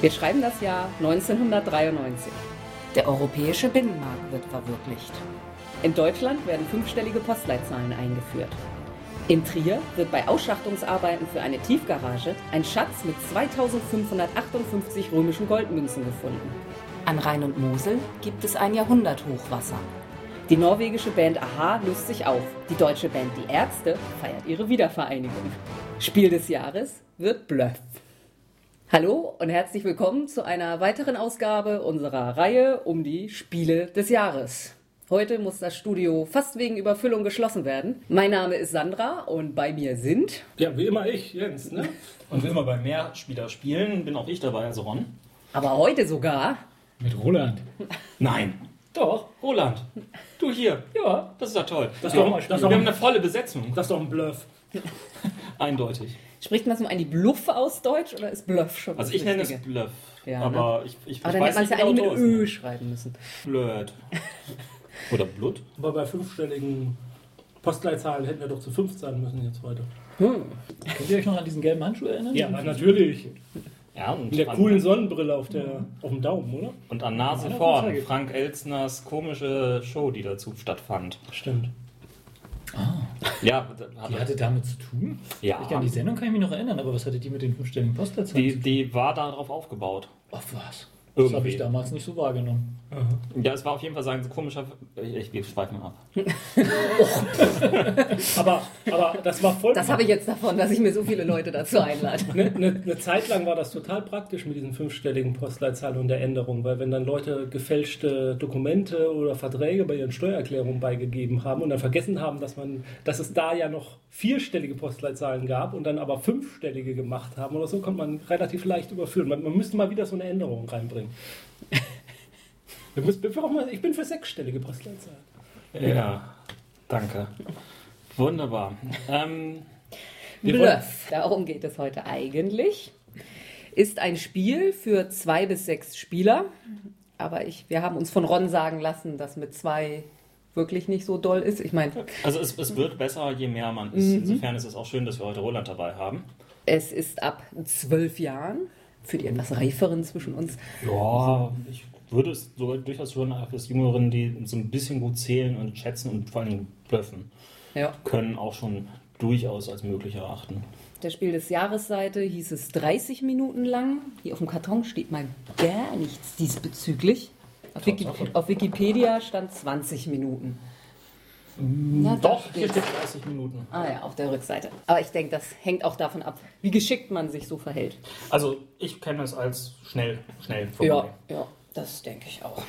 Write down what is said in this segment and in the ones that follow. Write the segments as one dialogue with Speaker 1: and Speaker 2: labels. Speaker 1: Wir schreiben das Jahr 1993.
Speaker 2: Der europäische Binnenmarkt wird verwirklicht.
Speaker 1: In Deutschland werden fünfstellige Postleitzahlen eingeführt. In Trier wird bei Ausschachtungsarbeiten für eine Tiefgarage ein Schatz mit 2558 römischen Goldmünzen gefunden.
Speaker 2: An Rhein und Mosel gibt es ein Jahrhunderthochwasser.
Speaker 1: Die norwegische Band Aha löst sich auf. Die deutsche Band Die Ärzte feiert ihre Wiedervereinigung. Spiel des Jahres wird Bluff. Hallo und herzlich willkommen zu einer weiteren Ausgabe unserer Reihe um die Spiele des Jahres. Heute muss das Studio fast wegen Überfüllung geschlossen werden. Mein Name ist Sandra und bei mir sind.
Speaker 3: Ja, wie immer ich, Jens, ne?
Speaker 4: Und wie immer bei Mehrspieler spielen, bin auch ich dabei, also Ron.
Speaker 1: Aber heute sogar.
Speaker 3: Mit Roland.
Speaker 4: Nein. Doch, Roland. Du hier. Ja, das ist ja toll.
Speaker 3: Das ist
Speaker 4: ja,
Speaker 3: doch mal Spiel.
Speaker 4: Wir haben eine volle Besetzung.
Speaker 3: Das ist doch ein Bluff.
Speaker 4: Eindeutig.
Speaker 1: Spricht man zum einen die Bluff aus Deutsch oder ist Bluff schon?
Speaker 4: Also
Speaker 1: das
Speaker 4: ich nenne es
Speaker 1: Richtige?
Speaker 4: Bluff.
Speaker 1: Ja, ne?
Speaker 4: aber ich, ich,
Speaker 1: Aber
Speaker 4: ich
Speaker 1: dann hätte man
Speaker 4: weiß genau,
Speaker 1: es ja
Speaker 4: wie der
Speaker 1: eigentlich mit
Speaker 4: Autor ist.
Speaker 1: Ö schreiben müssen.
Speaker 4: Blöd. Oder Blut.
Speaker 3: Aber bei fünfstelligen Postleitzahlen hätten wir doch zu fünf sein müssen jetzt heute.
Speaker 5: Könnt ihr euch noch an diesen gelben Handschuh erinnern?
Speaker 3: Ja, natürlich.
Speaker 4: Ja, und
Speaker 3: Mit der
Speaker 4: an,
Speaker 3: coolen Sonnenbrille auf, der, auf dem Daumen, oder?
Speaker 4: und an Nase
Speaker 3: Ja,
Speaker 4: vorn.
Speaker 3: das
Speaker 4: Frank Elzners komische Show, die dazu stattfand.
Speaker 3: Stimmt.
Speaker 4: Ja, da-
Speaker 5: Die
Speaker 4: hat-
Speaker 5: hatte damit zu tun?
Speaker 4: Ja.
Speaker 5: Ich, an die Sendung kann ich mich noch erinnern, aber was hatte die mit den fünfstelligen Postleitzahlen?
Speaker 4: die, die war darauf aufgebaut.
Speaker 5: Auf was? Das
Speaker 4: Irgendwie.
Speaker 5: habe ich damals nicht so wahrgenommen.
Speaker 4: Ja, es war auf jeden Fall sagen, so komischer. Ich, ich schweife mal ab.
Speaker 3: Aber, aber das war voll.
Speaker 1: Das habe ich jetzt davon, dass ich mir so viele Leute dazu einlade.
Speaker 3: Eine, eine, eine Ne, Zeit lang war das total praktisch mit diesen fünfstelligen Postleitzahlen und der Änderung, weil wenn dann Leute gefälschte Dokumente oder Verträge bei ihren Steuererklärungen beigegeben haben und dann vergessen haben, dass man, dass es da ja noch vierstellige Postleitzahlen gab und dann aber fünfstellige gemacht haben oder so, konnte man relativ leicht überführen. Man, man müsste mal wieder so eine Änderung reinbringen. Wir müssen- wir brauchen mal- Ich bin für sechsstellige Postleitzahlen.
Speaker 4: Ja, danke. Wunderbar. Ähm, wir wollen-
Speaker 1: Bluff, darum geht es heute eigentlich, ist ein Spiel für zwei bis sechs Spieler. Aber ich, wir haben uns von Ron sagen lassen, dass mit zwei wirklich nicht so doll ist. Ich meine,
Speaker 4: also es, es wird besser, je mehr man ist. Insofern ist es auch schön, dass wir heute Roland dabei haben.
Speaker 1: es ist ab zwölf Jahren für die etwas reiferen zwischen uns.
Speaker 4: Ja, ich würde es sogar durchaus schon als Jüngeren, die so ein bisschen gut zählen und schätzen und vor allen Dingen bluffen
Speaker 1: Ja.
Speaker 4: können, auch schon durchaus als möglich erachten.
Speaker 1: Der Spiel des Jahresseite hieß es 30 Minuten lang. Hier auf dem Karton steht mal gar nichts diesbezüglich. Auf, Wiki, auf Wikipedia stand 20 Minuten. Na, da
Speaker 4: Hm, hier
Speaker 1: steht's.
Speaker 4: steht 30 Minuten.
Speaker 1: Ah ja, auf der Rückseite. Aber ich denke, das hängt auch davon ab, wie geschickt man sich so verhält.
Speaker 4: Also ich kenne es als schnell, schnell vorbei.
Speaker 1: ja, das denke ich auch.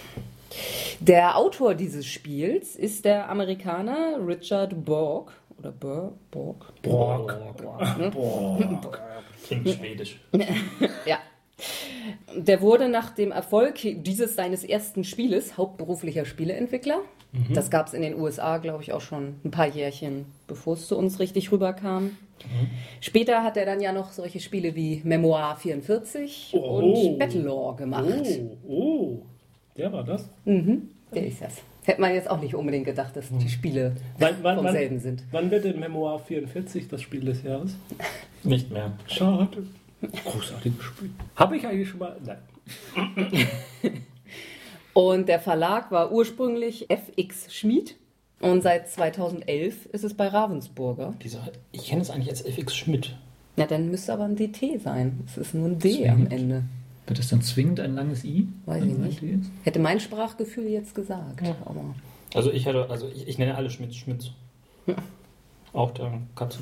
Speaker 1: Der Autor dieses Spiels ist der Amerikaner Richard Borg. Oder Bur, Borg?
Speaker 4: Borg.
Speaker 1: Borg. Ne?
Speaker 4: Klingt schwedisch.
Speaker 1: Ja. Der wurde nach dem Erfolg dieses seines ersten Spieles hauptberuflicher Spieleentwickler.
Speaker 3: Mhm.
Speaker 1: Das gab es in den USA, glaube ich, auch schon ein paar Jährchen, bevor es zu uns richtig rüberkam.
Speaker 3: Mhm.
Speaker 1: Später hat er dann ja noch solche Spiele wie Memoir 44
Speaker 3: Oh.
Speaker 1: und Battlelore gemacht.
Speaker 3: Oh, oh, der war das.
Speaker 1: Der ist das. Hätte man jetzt auch nicht unbedingt gedacht, dass
Speaker 3: Mhm.
Speaker 1: die Spiele
Speaker 3: Wann, wann,
Speaker 1: vom selben
Speaker 3: wann,
Speaker 1: sind.
Speaker 3: wann wird in Memoir 44 das Spiel des Jahres?
Speaker 4: Nicht mehr.
Speaker 3: Schade. Großartiges Spiel. Habe ich eigentlich schon mal. Nein.
Speaker 1: Und der Verlag war ursprünglich FX Schmid und seit 2011 ist es bei Ravensburger.
Speaker 4: Dieser, ich kenne es eigentlich als FX Schmidt.
Speaker 1: Na, dann müsste aber ein DT sein. Es ist nur ein D am
Speaker 5: Zwingend.
Speaker 1: Ende.
Speaker 5: Wird das dann zwingend ein langes I?
Speaker 1: Weiß
Speaker 5: Wenn
Speaker 1: ich
Speaker 5: man
Speaker 1: nicht.
Speaker 5: die ist?
Speaker 1: Hätte mein Sprachgefühl jetzt gesagt. Aber
Speaker 4: Also ich hätte, also ich, ich nenne alle Schmitz Schmitz. Auch der Katze.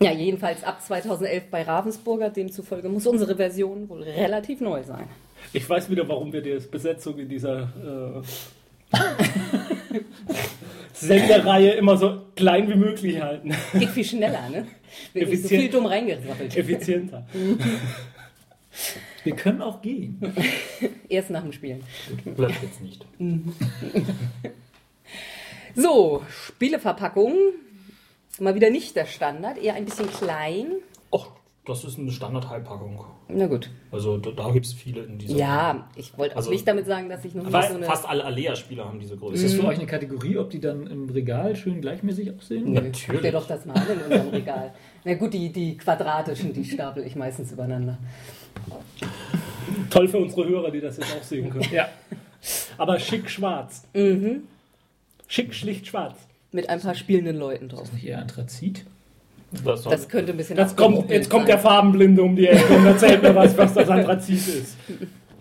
Speaker 1: ja, jedenfalls ab 2011 bei Ravensburger. Demzufolge muss unsere Version wohl relativ neu sein.
Speaker 3: Ich weiß wieder, warum wir die Besetzung in dieser äh, Sendereihe immer so klein wie möglich halten.
Speaker 1: Geht viel schneller, ne? Wir sind so
Speaker 3: Effizient.
Speaker 1: viel dumm reingesappelt.
Speaker 3: Effizienter.
Speaker 5: Wir können auch gehen.
Speaker 1: Erst nach dem Spielen.
Speaker 4: Bleibt jetzt nicht.
Speaker 1: So, Spieleverpackung. Mal wieder nicht der Standard, eher ein bisschen klein.
Speaker 4: Och, Das ist eine Standard-Heilpackung.
Speaker 1: Na gut.
Speaker 4: Also da, da gibt es viele in dieser.
Speaker 1: Ja, ich wollte auch
Speaker 4: Also-
Speaker 1: nicht damit sagen, dass ich noch nicht
Speaker 4: Fast,
Speaker 1: so eine.
Speaker 4: fast alle Alea-Spieler haben diese
Speaker 5: Ist
Speaker 4: Größe.
Speaker 5: das für euch eine Kategorie, ob die dann im Regal schön gleichmäßig aussehen?
Speaker 1: Guck dir doch das mal an in unserem Regal. Na gut, die, die quadratischen, die stapel ich meistens übereinander.
Speaker 3: Toll für unsere Hörer, die das jetzt auch sehen können.
Speaker 5: Ja.
Speaker 3: Aber schick schwarz.
Speaker 1: Mhm.
Speaker 3: Schick schlicht schwarz.
Speaker 1: Mit ein paar spielenden Leuten drauf.
Speaker 5: Ist nicht eher Anthrazit?
Speaker 4: Das,
Speaker 1: Mhm. Das könnte ein bisschen.
Speaker 3: Jetzt kommt,
Speaker 1: abgeruckelt
Speaker 3: jetzt kommt der
Speaker 1: sein.
Speaker 3: Farbenblinde um die Ecke und erzählt mir was, was das Anthrazit ist.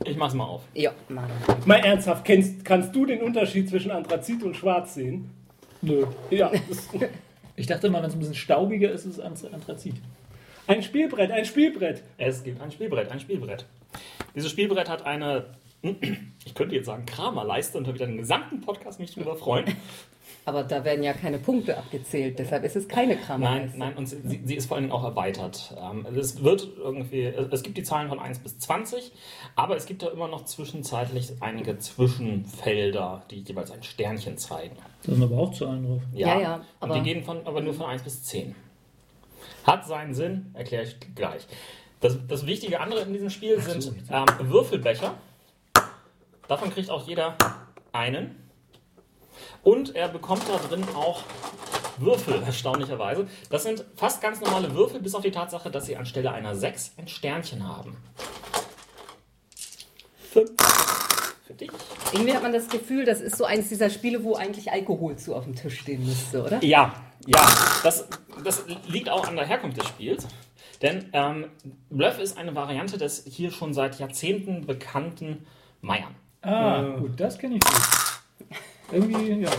Speaker 4: ich mach's mal auf.
Speaker 1: Ja, Mann.
Speaker 3: Mal ernsthaft, kennst, kannst du den Unterschied zwischen Anthrazit und Schwarz sehen?
Speaker 5: Nö.
Speaker 3: Ja, das-
Speaker 5: Ich dachte mal, wenn es ein bisschen staubiger ist, ist es Anth- Anthrazit.
Speaker 3: ein Spielbrett, ein Spielbrett.
Speaker 4: Es gibt ein Spielbrett, ein Spielbrett. Dieses Spielbrett hat eine, ich könnte jetzt sagen, Kramerleiste und habe wieder den gesamten Podcast mich drüber freuen.
Speaker 1: Aber da werden ja keine Punkte abgezählt, deshalb ist es keine
Speaker 4: Nein,
Speaker 1: Krammereise.
Speaker 4: nein, und sie, sie ist vor allen Dingen auch erweitert. Ähm, Es wird irgendwie, es gibt die Zahlen von 1 bis 20, aber es gibt da immer noch zwischenzeitlich einige Zwischenfelder, die jeweils ein Sternchen zeigen.
Speaker 5: Da sind aber auch Zahlen drauf.
Speaker 1: Ja, ja,
Speaker 4: aber
Speaker 1: aber-
Speaker 4: und die gehen von, aber nur von 1 bis 10. Hat seinen Sinn, erkläre ich gleich. Das, das wichtige andere in diesem Spiel sind ähm, Würfelbecher. Davon kriegt auch jeder einen. Und er bekommt da drin auch Würfel, erstaunlicherweise. Das sind fast ganz normale Würfel, bis auf die Tatsache, dass sie anstelle einer 6 ein Sternchen haben. Fünf für dich.
Speaker 1: Irgendwie hat man das Gefühl, das ist so eines dieser Spiele, wo eigentlich Alkohol zu auf dem Tisch stehen müsste, oder?
Speaker 4: Ja, ja. Das, das liegt auch an der Herkunft des Spiels. Denn ähm, Bluff ist eine Variante des hier schon seit Jahrzehnten bekannten Meiern.
Speaker 5: Ah, gut, das kenne ich gut. Irgendwie, ja.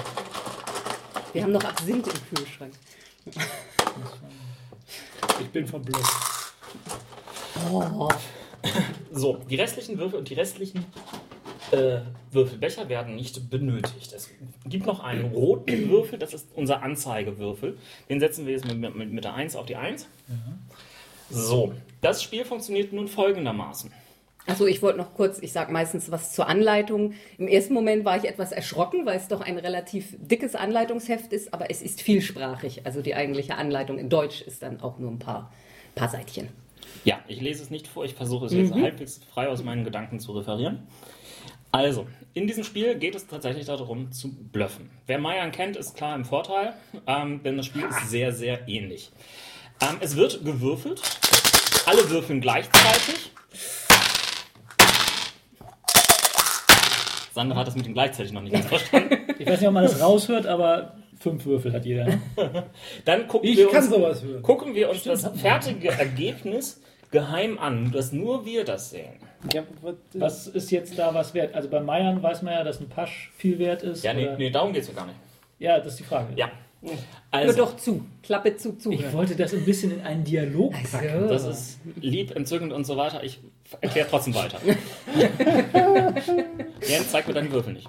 Speaker 1: Wir haben noch Absinth im Kühlschrank.
Speaker 3: Ich bin verblüfft.
Speaker 4: So, die restlichen Würfel und die restlichen äh, Würfelbecher werden nicht benötigt. Es gibt noch einen roten Würfel, das ist unser Anzeigewürfel. Den setzen wir jetzt mit, mit, mit der 1 auf die 1. So, das Spiel funktioniert nun folgendermaßen.
Speaker 1: Also ich wollte noch kurz, ich sage meistens was zur Anleitung. Im ersten Moment war ich etwas erschrocken, weil es doch ein relativ dickes Anleitungsheft ist, aber es ist vielsprachig. Also die eigentliche Anleitung in Deutsch ist dann auch nur ein paar, paar Seitchen.
Speaker 4: Ja, ich lese es nicht vor, ich versuche es
Speaker 3: Mhm.
Speaker 4: jetzt halbwegs frei aus meinen Gedanken zu referieren. Also, in diesem Spiel geht es tatsächlich darum zu bluffen. Wer Mayan kennt, ist klar im Vorteil, ähm, denn das Spiel ist sehr, sehr ähnlich. Ähm, es wird gewürfelt, alle würfeln gleichzeitig. Sandra hat das mit dem gleichzeitig noch nicht ganz verstanden.
Speaker 5: Ich weiß nicht, ob man das raushört, aber fünf Würfel hat jeder. ne?
Speaker 4: Dann gucken
Speaker 3: Ich
Speaker 4: wir
Speaker 3: kann
Speaker 4: uns,
Speaker 3: sowas hören.
Speaker 4: gucken wir uns das fertige Ergebnis geheim an, dass nur wir das sehen.
Speaker 3: Ja, was,
Speaker 4: äh,
Speaker 5: Was ist jetzt da was wert? Also bei Meiern weiß man ja, dass ein Pasch viel wert ist.
Speaker 4: Ja, nee,
Speaker 5: oder-
Speaker 4: nee darum geht es mir gar nicht.
Speaker 5: ja das ist die Frage.
Speaker 4: Ja.
Speaker 1: Nur
Speaker 4: Also,
Speaker 1: doch zu, Klappe zu, zu.
Speaker 5: Ich wollte das ein bisschen in einen Dialog packen.
Speaker 4: das ist lieb, entzückend und so weiter. Ich erkläre trotzdem weiter. Jens, zeig mir deinen Würfel nicht.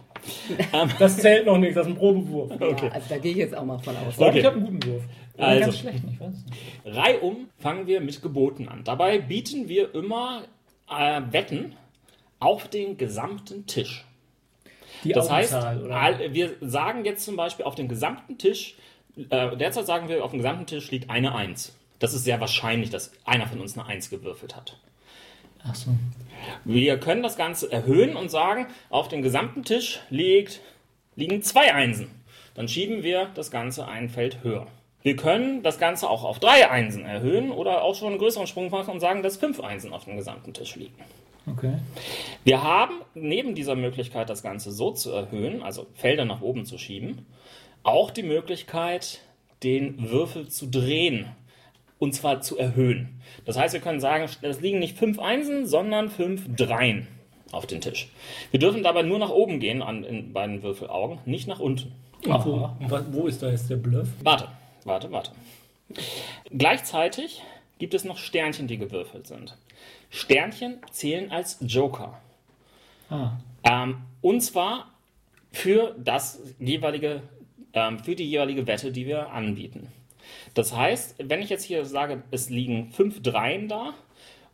Speaker 3: das zählt noch nicht, das ist ein Probewurf.
Speaker 1: ja, also da gehe ich jetzt auch mal von aus.
Speaker 5: Warte,
Speaker 4: Okay.
Speaker 5: Ich habe einen guten Wurf. Oder
Speaker 4: Also.
Speaker 5: Ganz schlecht, ich weiß. nicht.
Speaker 4: Reihum fangen wir mit Geboten an. Dabei bieten wir immer äh, Wetten auf den gesamten Tisch.
Speaker 5: Die
Speaker 4: Das heißt,
Speaker 5: Augenzahl, oder?
Speaker 4: all- wir sagen jetzt zum Beispiel auf dem gesamten Tisch, äh, derzeit sagen wir, auf dem gesamten Tisch liegt eine Eins. Das ist sehr wahrscheinlich, dass einer von uns eine Eins gewürfelt hat.
Speaker 5: Ach so.
Speaker 4: Wir können das Ganze erhöhen und sagen, auf dem gesamten Tisch liegt, liegen zwei Einsen. Dann schieben wir das Ganze ein Feld höher. Wir können das Ganze auch auf drei Einsen erhöhen oder auch schon einen größeren Sprung machen und sagen, dass fünf Einsen auf dem gesamten Tisch liegen.
Speaker 5: Okay.
Speaker 4: Wir haben neben dieser Möglichkeit, das Ganze so zu erhöhen, also Felder nach oben zu schieben, auch die Möglichkeit, den Würfel zu drehen. Und zwar zu erhöhen. Das heißt, wir können sagen, es liegen nicht fünf Einsen, sondern fünf Dreien auf den Tisch. Wir dürfen dabei nur nach oben gehen an, in, bei den Würfelaugen, nicht nach unten.
Speaker 3: Und wo, wa- wo ist da jetzt der Bluff?
Speaker 4: Warte, warte, warte. Gleichzeitig gibt es noch Sternchen, die gewürfelt sind. Sternchen zählen als Joker.
Speaker 5: Ah,
Speaker 4: Ähm, und zwar für das jeweilige, ähm, für die jeweilige Wette, die wir anbieten. Das heißt, wenn ich jetzt hier sage, es liegen fünf Dreien da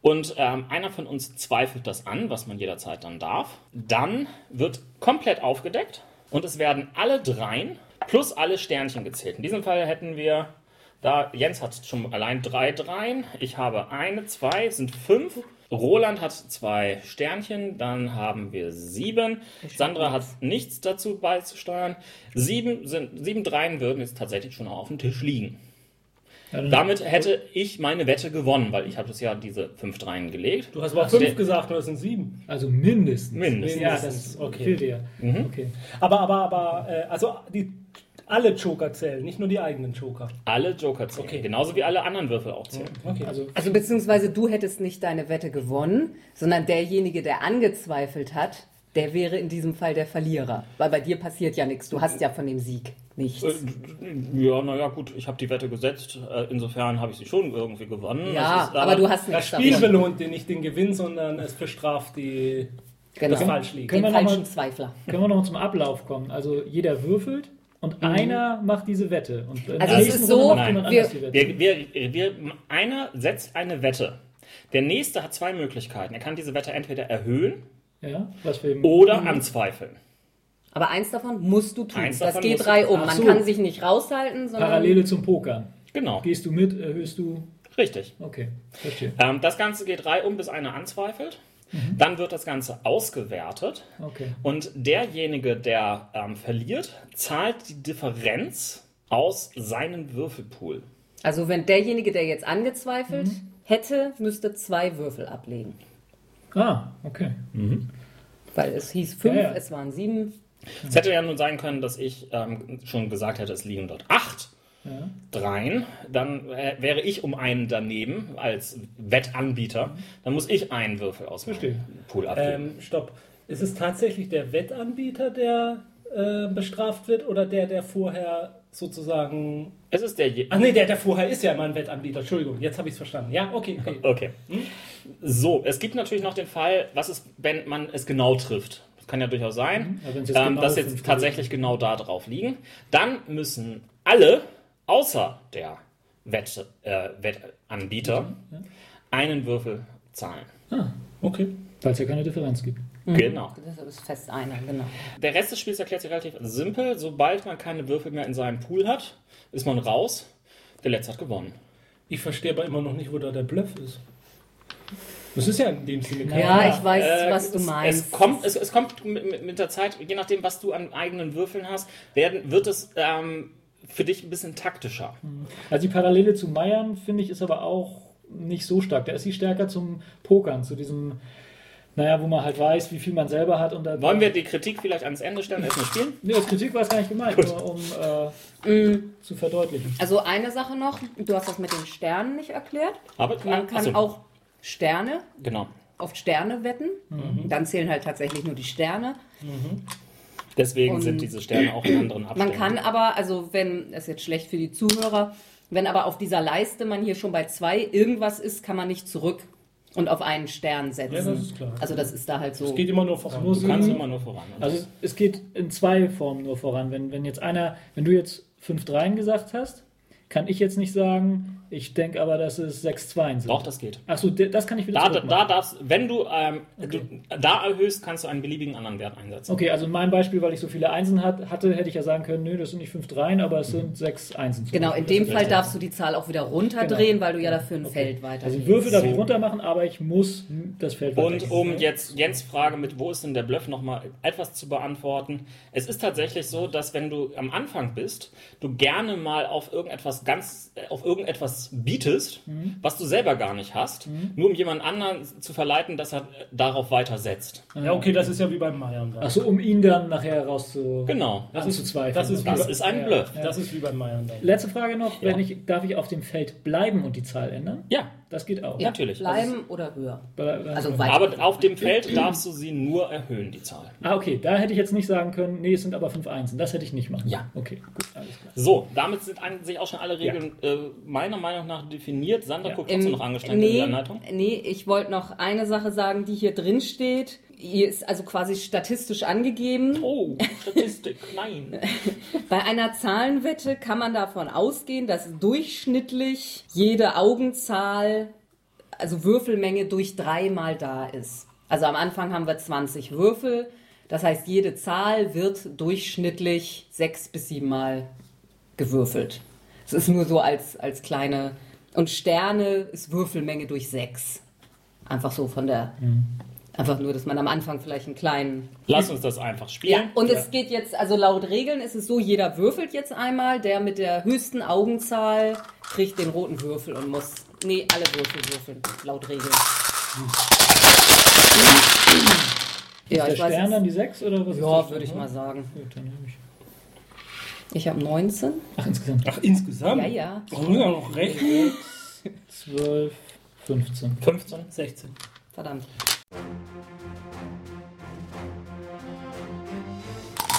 Speaker 4: und ähm, einer von uns zweifelt das an, was man jederzeit dann darf, dann wird komplett aufgedeckt und es werden alle Dreien plus alle Sternchen gezählt. In diesem Fall hätten wir Da Jens hat schon allein drei Dreien. Ich habe eine, zwei, sind fünf. Roland hat zwei Sternchen, dann haben wir sieben. Sandra hat nichts dazu beizusteuern. Sieben, sind, sieben Dreien würden jetzt tatsächlich schon auf dem Tisch liegen.
Speaker 5: Dann-
Speaker 4: Damit hätte ich meine Wette gewonnen, weil ich habe das ja diese fünf Dreien gelegt.
Speaker 3: Du hast aber
Speaker 4: Also
Speaker 3: fünf
Speaker 4: der-
Speaker 3: gesagt und das sind sieben.
Speaker 5: Also mindestens.
Speaker 4: Mindestens.
Speaker 5: Ja, das ist okay. Viel dir. Okay.
Speaker 3: Aber, aber, aber, äh, also die, alle Joker zählen, nicht nur die eigenen Joker.
Speaker 4: Alle Joker zählen.
Speaker 3: Okay.
Speaker 4: Genauso wie alle anderen Würfel auch zählen.
Speaker 3: Okay, also
Speaker 5: Also
Speaker 1: Also beziehungsweise du hättest nicht deine Wette gewonnen, sondern derjenige, der angezweifelt hat, der wäre in diesem Fall der Verlierer. Weil bei dir passiert ja nichts. Du hast ja von dem Sieg
Speaker 4: Äh,
Speaker 1: nichts.
Speaker 4: Ja, naja, gut, ich habe die Wette gesetzt. Äh, Insofern habe ich sie schon irgendwie gewonnen. Das
Speaker 1: Ja,
Speaker 4: ist
Speaker 1: aber du hast
Speaker 3: das
Speaker 1: nichts
Speaker 3: Spiel
Speaker 1: davon.
Speaker 3: belohnt den nicht den Gewinn, sondern es bestraft die, das
Speaker 1: Genau.
Speaker 3: falsch liegt.
Speaker 5: Können wir
Speaker 1: Den
Speaker 5: noch mal-
Speaker 1: falschen Zweifler.
Speaker 5: können wir noch zum Ablauf kommen. Also jeder würfelt
Speaker 4: Mhm.
Speaker 5: und einer macht diese Wette. Und in der
Speaker 1: Also es
Speaker 5: nächsten
Speaker 1: ist
Speaker 5: Runde
Speaker 1: so,
Speaker 5: macht jemand
Speaker 1: wir-
Speaker 5: anders die Wette.
Speaker 4: Wir, wir, wir, einer setzt eine Wette. Der nächste hat zwei Möglichkeiten. Er kann diese Wette entweder erhöhen
Speaker 5: ja, was wir
Speaker 4: oder anzweifeln.
Speaker 1: Aber eins davon musst du tun.
Speaker 4: Eins
Speaker 1: das
Speaker 4: davon
Speaker 1: geht
Speaker 4: musst du-
Speaker 1: drei um.
Speaker 5: Ach
Speaker 1: Man
Speaker 5: so.
Speaker 1: kann sich nicht raushalten, sondern.
Speaker 5: Parallele zum Pokern.
Speaker 4: Genau,
Speaker 5: Gehst du mit, erhöhst du.
Speaker 4: richtig.
Speaker 5: Okay, verstehe.
Speaker 4: Ähm, das Ganze geht drei um, bis einer anzweifelt. Dann wird das Ganze ausgewertet.
Speaker 5: Okay.
Speaker 4: Und derjenige, der ähm, verliert, zahlt die Differenz aus seinem Würfelpool.
Speaker 1: Also wenn derjenige, der jetzt angezweifelt
Speaker 5: Mhm.
Speaker 1: hätte, müsste zwei Würfel ablegen.
Speaker 5: Ah, okay.
Speaker 1: Weil es hieß fünf,
Speaker 5: Ja, ja.
Speaker 1: es waren sieben.
Speaker 4: Es hätte ja nun sein können, dass ich ähm, schon gesagt hätte, es liegen dort acht
Speaker 5: Ja.
Speaker 4: dreien. Dann äh, wäre ich um einen daneben als Wettanbieter. Dann muss ich einen Würfel aus
Speaker 5: Verstehe.
Speaker 4: dem Pool abgeben.
Speaker 3: Ähm, stopp. Ist es tatsächlich der Wettanbieter, der äh, bestraft wird oder der, der vorher sozusagen.
Speaker 4: es ist der. Je
Speaker 3: Ach nee, der, der vorher ist ja immer ein Wettanbieter. Entschuldigung, jetzt habe ich es verstanden. Ja, okay, okay.
Speaker 4: okay.
Speaker 5: Hm?
Speaker 4: So, es gibt natürlich noch den Fall, was ist, wenn man es genau trifft. Das kann ja durchaus sein,
Speaker 5: Mhm, aber wenn's jetzt
Speaker 4: ähm,
Speaker 5: genau
Speaker 4: dass
Speaker 5: fünf
Speaker 4: jetzt tatsächlich genau da drauf liegen. Dann müssen alle, außer der Wette, äh, Wettanbieter,
Speaker 5: Mhm,
Speaker 4: einen Würfel zahlen.
Speaker 3: Okay.
Speaker 5: Weil es ja keine Differenz gibt.
Speaker 1: Mhm.
Speaker 4: Genau.
Speaker 1: Das ist fest einer, genau.
Speaker 4: Der Rest des Spiels erklärt sich relativ simpel. Sobald man keine Würfel mehr in seinem Pool hat, ist man raus. Der Letzte hat gewonnen.
Speaker 3: Ich verstehe aber immer noch nicht, wo da der Bluff ist. Das ist ja in dem Sinne kein.
Speaker 1: Ja,
Speaker 5: Ja,
Speaker 1: ich weiß,
Speaker 4: Äh,
Speaker 1: was du
Speaker 4: es-
Speaker 1: meinst.
Speaker 4: Es kommt, es, es kommt mit, mit- mit der Zeit, je nachdem, was du an eigenen Würfeln hast, werden, wird es ähm, für dich ein bisschen taktischer.
Speaker 1: Mhm.
Speaker 5: Also die Parallele zu Meiern, finde ich, ist aber auch nicht so stark. Da ist sie stärker zum Pokern, zu diesem, naja, wo man halt weiß, wie viel man selber hat. Und da
Speaker 4: Wollen wir die Kritik vielleicht ans Ende stellen, erstmal spielen?
Speaker 5: Nee, als Kritik war es gar nicht gemeint, nur um äh, zu verdeutlichen.
Speaker 1: Also eine Sache noch, du hast das mit den Sternen nicht erklärt.
Speaker 4: Aber
Speaker 1: Man kann
Speaker 4: achso,
Speaker 1: auch Sterne
Speaker 4: Genau.
Speaker 1: auf Sterne wetten. Dann zählen halt tatsächlich nur die Sterne.
Speaker 4: Deswegen
Speaker 1: Und-
Speaker 4: sind diese Sterne auch in anderen
Speaker 1: Man
Speaker 4: Abständen.
Speaker 1: kann aber, also wenn, das ist jetzt schlecht für die Zuhörer, wenn aber auf dieser Leiste man hier schon bei zwei irgendwas ist, kann man nicht zurück und auf einen Stern setzen.
Speaker 3: Ja, das ist klar.
Speaker 1: Also das ist da halt so.
Speaker 3: Es geht immer nur voran.
Speaker 5: muss-
Speaker 4: Du
Speaker 1: Mhm.
Speaker 4: kannst immer nur voran.
Speaker 5: Also es geht in zwei Formen nur voran. Wenn, wenn jetzt einer, wenn du jetzt 5 Dreien gesagt hast, kann ich jetzt nicht sagen, ich denke aber, dass es 6 Zweien sind.
Speaker 4: Doch, das geht.
Speaker 5: Achso, das kann ich wieder
Speaker 4: Da,
Speaker 5: zurückmachen.
Speaker 4: da darfst, wenn du, ähm, du da erhöhst, kannst du einen beliebigen anderen Wert einsetzen.
Speaker 5: Okay, also in meinem Beispiel, weil ich so viele Einsen hat, hatte, hätte ich ja sagen können, nö, das sind nicht 5 Dreien, aber es sind 6 Einsen. zum
Speaker 1: Genau, in
Speaker 5: Beispiel.
Speaker 1: dem Fall darfst du die Zahl auch wieder runterdrehen,
Speaker 4: Genau.
Speaker 1: weil du ja dafür ein Feld weiter.
Speaker 5: Also Würfe darf
Speaker 4: So.
Speaker 5: ich runter machen, aber ich muss das Feld
Speaker 4: Und
Speaker 5: weitergeben.
Speaker 4: um jetzt Jens Frage mit wo ist denn der Bluff nochmal etwas zu beantworten. Es ist tatsächlich so, dass wenn du am Anfang bist, du gerne mal auf irgendetwas ganz, äh, auf irgendetwas bietest, was du selber gar nicht hast, nur um jemand anderen zu verleiten, dass er äh, darauf weiter setzt.
Speaker 3: Ja, okay, das ist ja wie beim Meiern. dann.
Speaker 5: Achso, Ah. um ihn dann nachher rauszu...
Speaker 4: Genau.
Speaker 5: Das ist zu zweifeln.
Speaker 3: das ist-
Speaker 4: Das ist ein
Speaker 5: Ja.
Speaker 4: Bluff.
Speaker 3: Das ist wie beim Meiern. Dann.
Speaker 5: Letzte Frage noch,
Speaker 4: Ja.
Speaker 5: wenn ich, darf ich auf dem Feld bleiben und die Zahl ändern?
Speaker 4: Ja,
Speaker 5: Das geht auch. äh,
Speaker 1: Ja,
Speaker 4: natürlich.
Speaker 1: Bleiben oder höher.
Speaker 5: Ble-
Speaker 1: Also weiter.
Speaker 4: aber auf dem Feld darfst du sie nur erhöhen, die Zahl.
Speaker 5: ah, okay, da hätte ich jetzt nicht sagen können, nee, es sind aber fünf Einsen. Das hätte ich nicht machen.
Speaker 4: Ja.
Speaker 5: Okay, gut, alles klar.
Speaker 4: So, damit sind an sich auch schon alle Regeln äh, meiner Meinung nach definiert. Sandra
Speaker 5: Ja.
Speaker 4: guckt
Speaker 1: Ähm,
Speaker 4: trotzdem noch angestrengt in die
Speaker 1: nee,
Speaker 4: Anleitung.
Speaker 1: nee, ich wollte noch eine Sache sagen, die hier drin steht. Hier ist also quasi statistisch angegeben.
Speaker 4: Oh, Statistik, nein.
Speaker 1: Bei einer Zahlenwette kann man davon ausgehen, dass durchschnittlich jede Augenzahl, also Würfelmenge, durch dreimal da ist. Also am Anfang haben wir 20 Würfel. Das heißt, jede Zahl wird durchschnittlich sechs bis siebenmal gewürfelt. Es ist nur so als, als kleine. Und Sterne ist Würfelmenge durch sechs. Einfach so von der. Einfach nur, dass man am Anfang vielleicht einen kleinen.
Speaker 4: Lass uns das einfach
Speaker 1: Ja,
Speaker 4: spielen.
Speaker 1: und es geht jetzt, also laut Regeln ist es so, jeder würfelt jetzt einmal. Der mit der höchsten Augenzahl kriegt den roten Würfel und muss. Nee, alle Würfel würfeln, laut Regeln. Ja,
Speaker 5: Der
Speaker 1: ich weiß
Speaker 5: Stern
Speaker 1: jetzt-
Speaker 5: dann die 6 oder was ist
Speaker 1: Ja,
Speaker 5: das?
Speaker 1: würde ich mal sagen.
Speaker 5: Gut, dann nehme ich.
Speaker 1: Ich habe 19.
Speaker 5: Ach, insgesamt
Speaker 3: Ach, insgesamt?
Speaker 1: Ja, ja.
Speaker 3: Oh, muss ja noch rechnen.
Speaker 5: 12, 15.
Speaker 4: 15.
Speaker 3: 16.
Speaker 1: Verdammt.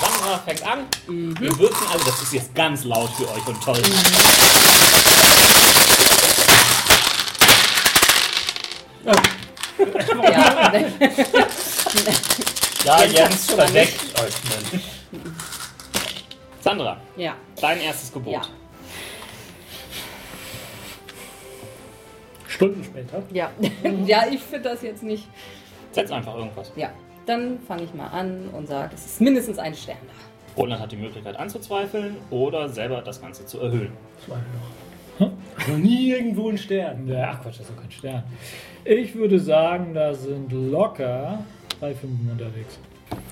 Speaker 4: Sandra fängt an.
Speaker 1: Mhm.
Speaker 4: Wir würzen alle. Das ist jetzt ganz laut für euch und toll.
Speaker 1: Ja,
Speaker 4: Ja,
Speaker 1: kannst
Speaker 4: jetzt
Speaker 1: du mal
Speaker 4: verdeckt euch. Mensch. Sandra,
Speaker 1: ja.
Speaker 4: dein erstes Gebot.
Speaker 1: Ja.
Speaker 3: Stunden später.
Speaker 1: Ja, ja ich finde das jetzt nicht.
Speaker 4: Setz einfach irgendwas.
Speaker 1: Ja, dann fange ich mal an und sage, es ist mindestens ein Stern da.
Speaker 4: Roland hat die Möglichkeit anzuzweifeln oder selber das Ganze zu erhöhen.
Speaker 3: Zwei noch. Noch nie irgendwo ein Stern.
Speaker 5: Ja, Äh, ach Quatsch, das ist doch kein Stern. Ich würde sagen, da sind locker drei Fünfen unterwegs.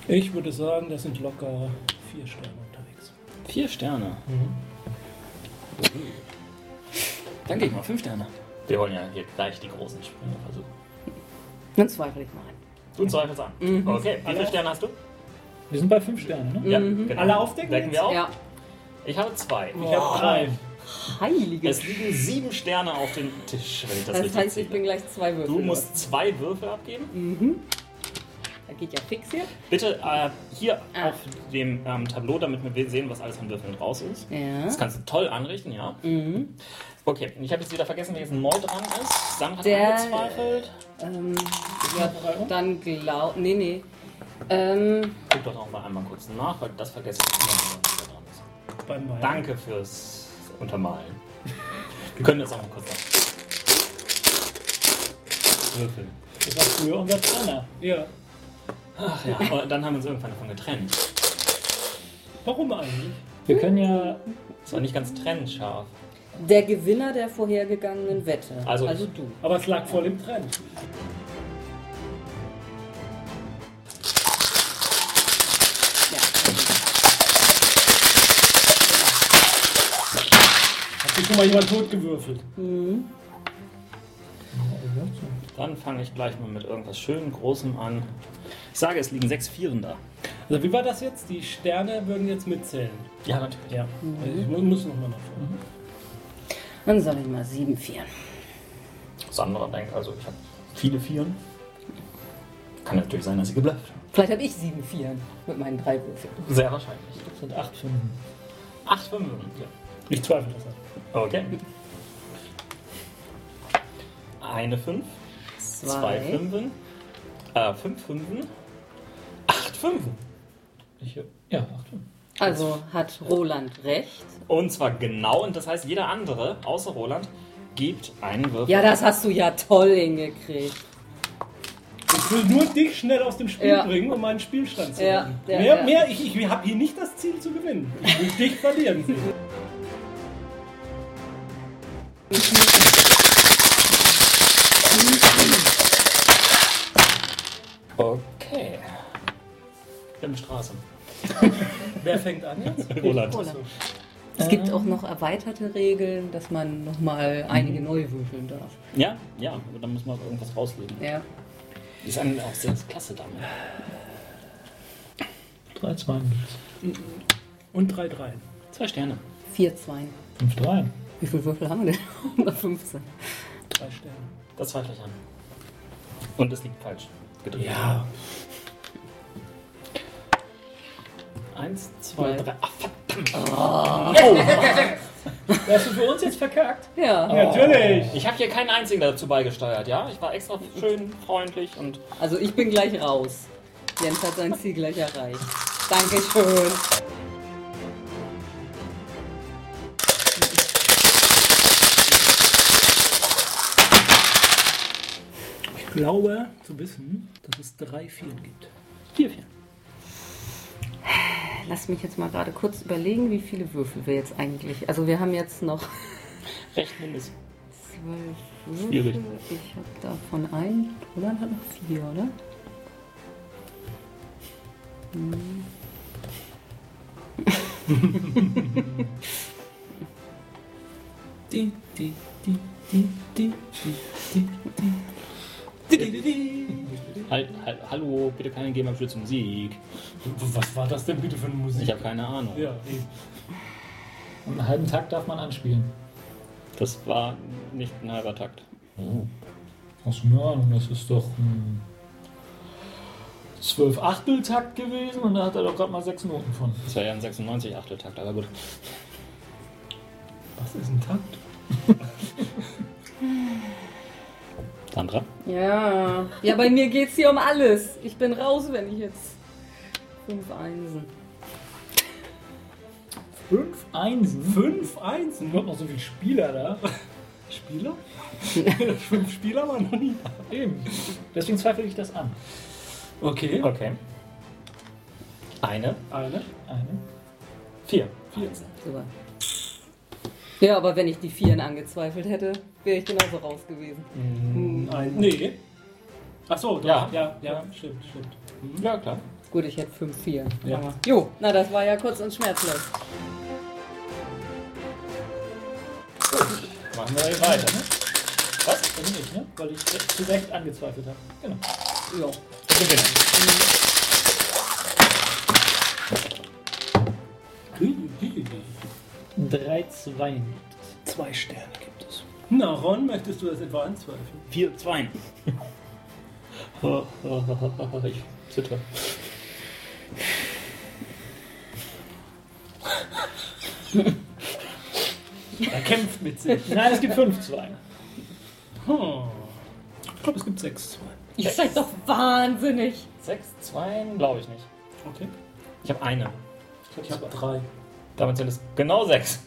Speaker 3: Ich würde sagen, das sind locker vier Sterne unterwegs.
Speaker 4: Vier Sterne. Dann gehe ich mal fünf Sterne. Wir wollen ja hier gleich die großen Sprünge versuchen.
Speaker 1: Dann zweifle ich mal an.
Speaker 4: Du zweifelst an.
Speaker 1: Mhm.
Speaker 4: Okay, wie viele Sterne hast du?
Speaker 5: Wir sind bei fünf Sternen, ne?
Speaker 4: Ja, genau.
Speaker 3: Alle aufdecken
Speaker 4: Decken wir
Speaker 3: jetzt?
Speaker 4: auf?
Speaker 1: Ja.
Speaker 4: Ich habe zwei.
Speaker 5: Ich
Speaker 3: Oh.
Speaker 5: habe drei.
Speaker 1: Heiliges.
Speaker 4: Es liegen sieben Sterne auf dem Tisch, wenn ich das,
Speaker 1: Das
Speaker 4: richtig
Speaker 1: heißt, ich
Speaker 4: zähle.
Speaker 1: bin gleich zwei Würfel.
Speaker 4: ne? Du
Speaker 1: los.
Speaker 4: musst zwei Würfel abgeben.
Speaker 1: Da geht ja fix hier.
Speaker 4: Bitte äh, hier
Speaker 1: Ah.
Speaker 4: auf dem ähm, Tableau, damit wir sehen, was alles an Würfeln raus ist.
Speaker 1: Ja. Mhm.
Speaker 4: Das kannst du toll anrichten, ja. Okay, und ich habe jetzt wieder vergessen, wer jetzt neu dran ist. Sam hat
Speaker 1: Der-
Speaker 4: angezweifelt.
Speaker 1: Ähm, ja, dann glaub. Nee, nee. Ähm,
Speaker 4: Guck doch noch mal einmal kurz nach, weil das vergesse ich immer, wenn wieder dran ist.
Speaker 3: Beim Mai.
Speaker 4: Danke fürs Untermalen. Wir können das auch mal kurz machen. Würfeln.
Speaker 5: Das war früher unser Trainer.
Speaker 3: Ja.
Speaker 4: Ach ja, aber dann haben wir uns irgendwann davon getrennt.
Speaker 3: Warum eigentlich?
Speaker 5: Wir können ja.
Speaker 4: Das war nicht ganz trennscharf.
Speaker 1: der Gewinner der vorhergegangenen Wette.
Speaker 4: Also ich.
Speaker 1: du.
Speaker 3: Aber es lag voll im Trend.
Speaker 1: Ja.
Speaker 3: Hat sich schon mal jemand totgewürfelt?
Speaker 4: Dann fange ich gleich mal mit irgendwas schön Großem an. Ich sage, es liegen sechs Vieren da.
Speaker 3: Also wie war das jetzt? Die Sterne würden jetzt mitzählen.
Speaker 4: Ja, natürlich.
Speaker 3: Ja. Also ich mu- muss nochmal nach vorne.
Speaker 1: Dann sage ich mal sieben Vieren.
Speaker 4: Sandra denkt, also ich habe viele Vieren. Kann natürlich sein, dass sie geblufft. haben.
Speaker 1: Vielleicht habe ich sieben Vieren mit meinen drei Würfeln.
Speaker 4: Sehr wahrscheinlich.
Speaker 5: Das sind acht Fünfen.
Speaker 4: Acht Fünfen. Ja.
Speaker 3: Ich zweifle das an.
Speaker 4: Okay. Eine Fünf, zwei Fünfen, äh, fünf Fünfen, acht Fünfen.
Speaker 5: Ich, ja, acht Fünfen.
Speaker 1: Also hat Roland recht.
Speaker 4: Und zwar genau, und das heißt, jeder andere, außer Roland, gibt einen Würfel.
Speaker 1: Ja, das hast du ja toll hingekriegt.
Speaker 3: Ich will nur dich schnell aus dem Spiel
Speaker 1: Ja.
Speaker 3: bringen, um meinen Spielstand zu
Speaker 1: Ja,
Speaker 3: machen.
Speaker 1: ja,
Speaker 3: mehr,
Speaker 1: ja.
Speaker 3: mehr, ich, ich habe hier nicht das Ziel zu gewinnen. Ich will dich verlieren sehen.
Speaker 4: Okay. Wir haben Straße.
Speaker 3: Wer fängt an jetzt?
Speaker 4: Roland.
Speaker 1: Roland. Es gibt auch noch erweiterte Regeln, dass man nochmal
Speaker 4: Mhm.
Speaker 1: einige neu würfeln darf.
Speaker 4: Ja, ja, aber dann müssen wir irgendwas rauslegen.
Speaker 1: Ja.
Speaker 4: Die ist eigentlich auch sehr klasse damit.
Speaker 5: Drei Zweien gibt's.
Speaker 3: Und drei Dreien.
Speaker 4: Zwei Sterne.
Speaker 1: Vier Zweien.
Speaker 5: Fünf Dreien.
Speaker 1: Wie viele Würfel haben wir denn? 115.
Speaker 3: Drei Sterne.
Speaker 4: Das zweifle ich an. Und es liegt falsch. Gedreht.
Speaker 3: Ja.
Speaker 4: Eins, zwei, drei. Ach,
Speaker 5: Hast du für uns jetzt verkackt?
Speaker 1: Ja.
Speaker 3: Natürlich!
Speaker 4: ich habe hier keinen einzigen dazu beigesteuert, ja? Ich war extra schön freundlich und.
Speaker 1: Also ich bin gleich raus. Jens hat sein Ziel gleich erreicht. Dankeschön.
Speaker 3: Ich glaube zu wissen, dass es drei Vieren gibt.
Speaker 4: Vier, vier.
Speaker 1: lass mich jetzt mal gerade kurz überlegen, wie viele Würfel wir jetzt eigentlich. Also wir haben jetzt noch
Speaker 4: Rechnen ist.
Speaker 1: zwölf Würfel.
Speaker 4: Schwierig.
Speaker 1: Ich habe davon einen. Roland hat noch vier, oder? Hm.
Speaker 6: Di, di, di, di, di, di, di, di. Di, di, di, di.
Speaker 4: Halt, halt, hallo, bitte keine Gamer-Schütze Musik.
Speaker 5: Was war das denn bitte für eine Musik?
Speaker 4: Ich habe keine Ahnung.
Speaker 3: Ja, eben.
Speaker 5: Einen halben Tag darf man anspielen.
Speaker 4: Das war nicht ein halber Takt.
Speaker 5: Hast du eine Ahnung, das ist doch ein 12 Achteltakt gewesen und da hat er doch gerade mal sechs Noten von.
Speaker 4: Das war ja ein 96 Achteltakt, aber gut.
Speaker 3: Was ist ein Takt?
Speaker 4: Sandra?
Speaker 1: Ja. Ja, bei mir geht's hier um alles. Ich bin raus, wenn ich jetzt fünf Einsen.
Speaker 5: Fünf Einsen?
Speaker 3: Fünf Einsen?
Speaker 5: Sind überhaupt noch so viele Spieler da?
Speaker 3: Spieler? Fünf Spieler waren noch nie.
Speaker 5: Eben. Deswegen zweifle ich das an.
Speaker 3: Okay.
Speaker 4: Okay. Eine,
Speaker 3: Eine.
Speaker 5: Eine.
Speaker 4: vier.
Speaker 1: Super. Ja, aber wenn ich die Vieren angezweifelt hätte, wäre ich genauso raus gewesen.
Speaker 3: Ein. Nee. Achso,
Speaker 4: Ja.
Speaker 3: ja. ja, ja, stimmt, stimmt.
Speaker 4: Ja, klar.
Speaker 1: Gut, ich hätte fünf Vieren.
Speaker 3: Ja.
Speaker 1: Aber- Jo, na das war ja kurz und schmerzlos.
Speaker 4: Machen wir gleich weiter. Ne?
Speaker 5: Was? Bin ich, ne? Weil ich zu Recht angezweifelt habe. Genau.
Speaker 1: Jo.
Speaker 5: Drei Zweien.
Speaker 3: Zwei Sterne gibt es. Na, Ron, möchtest du das etwa anzweifeln?
Speaker 4: Vier, zwei. ich zitter.
Speaker 3: Er kämpft mit sich.
Speaker 5: Nein, es gibt fünf Zweien.
Speaker 3: Hm. Ich glaube, es gibt sechs. Zwei.
Speaker 1: Ihr seid doch wahnsinnig.
Speaker 4: Sechs, zwei, glaube ich nicht.
Speaker 3: Okay.
Speaker 4: Ich habe eine.
Speaker 3: Ich glaube, ich habe drei.
Speaker 4: Damit sind es genau sechs.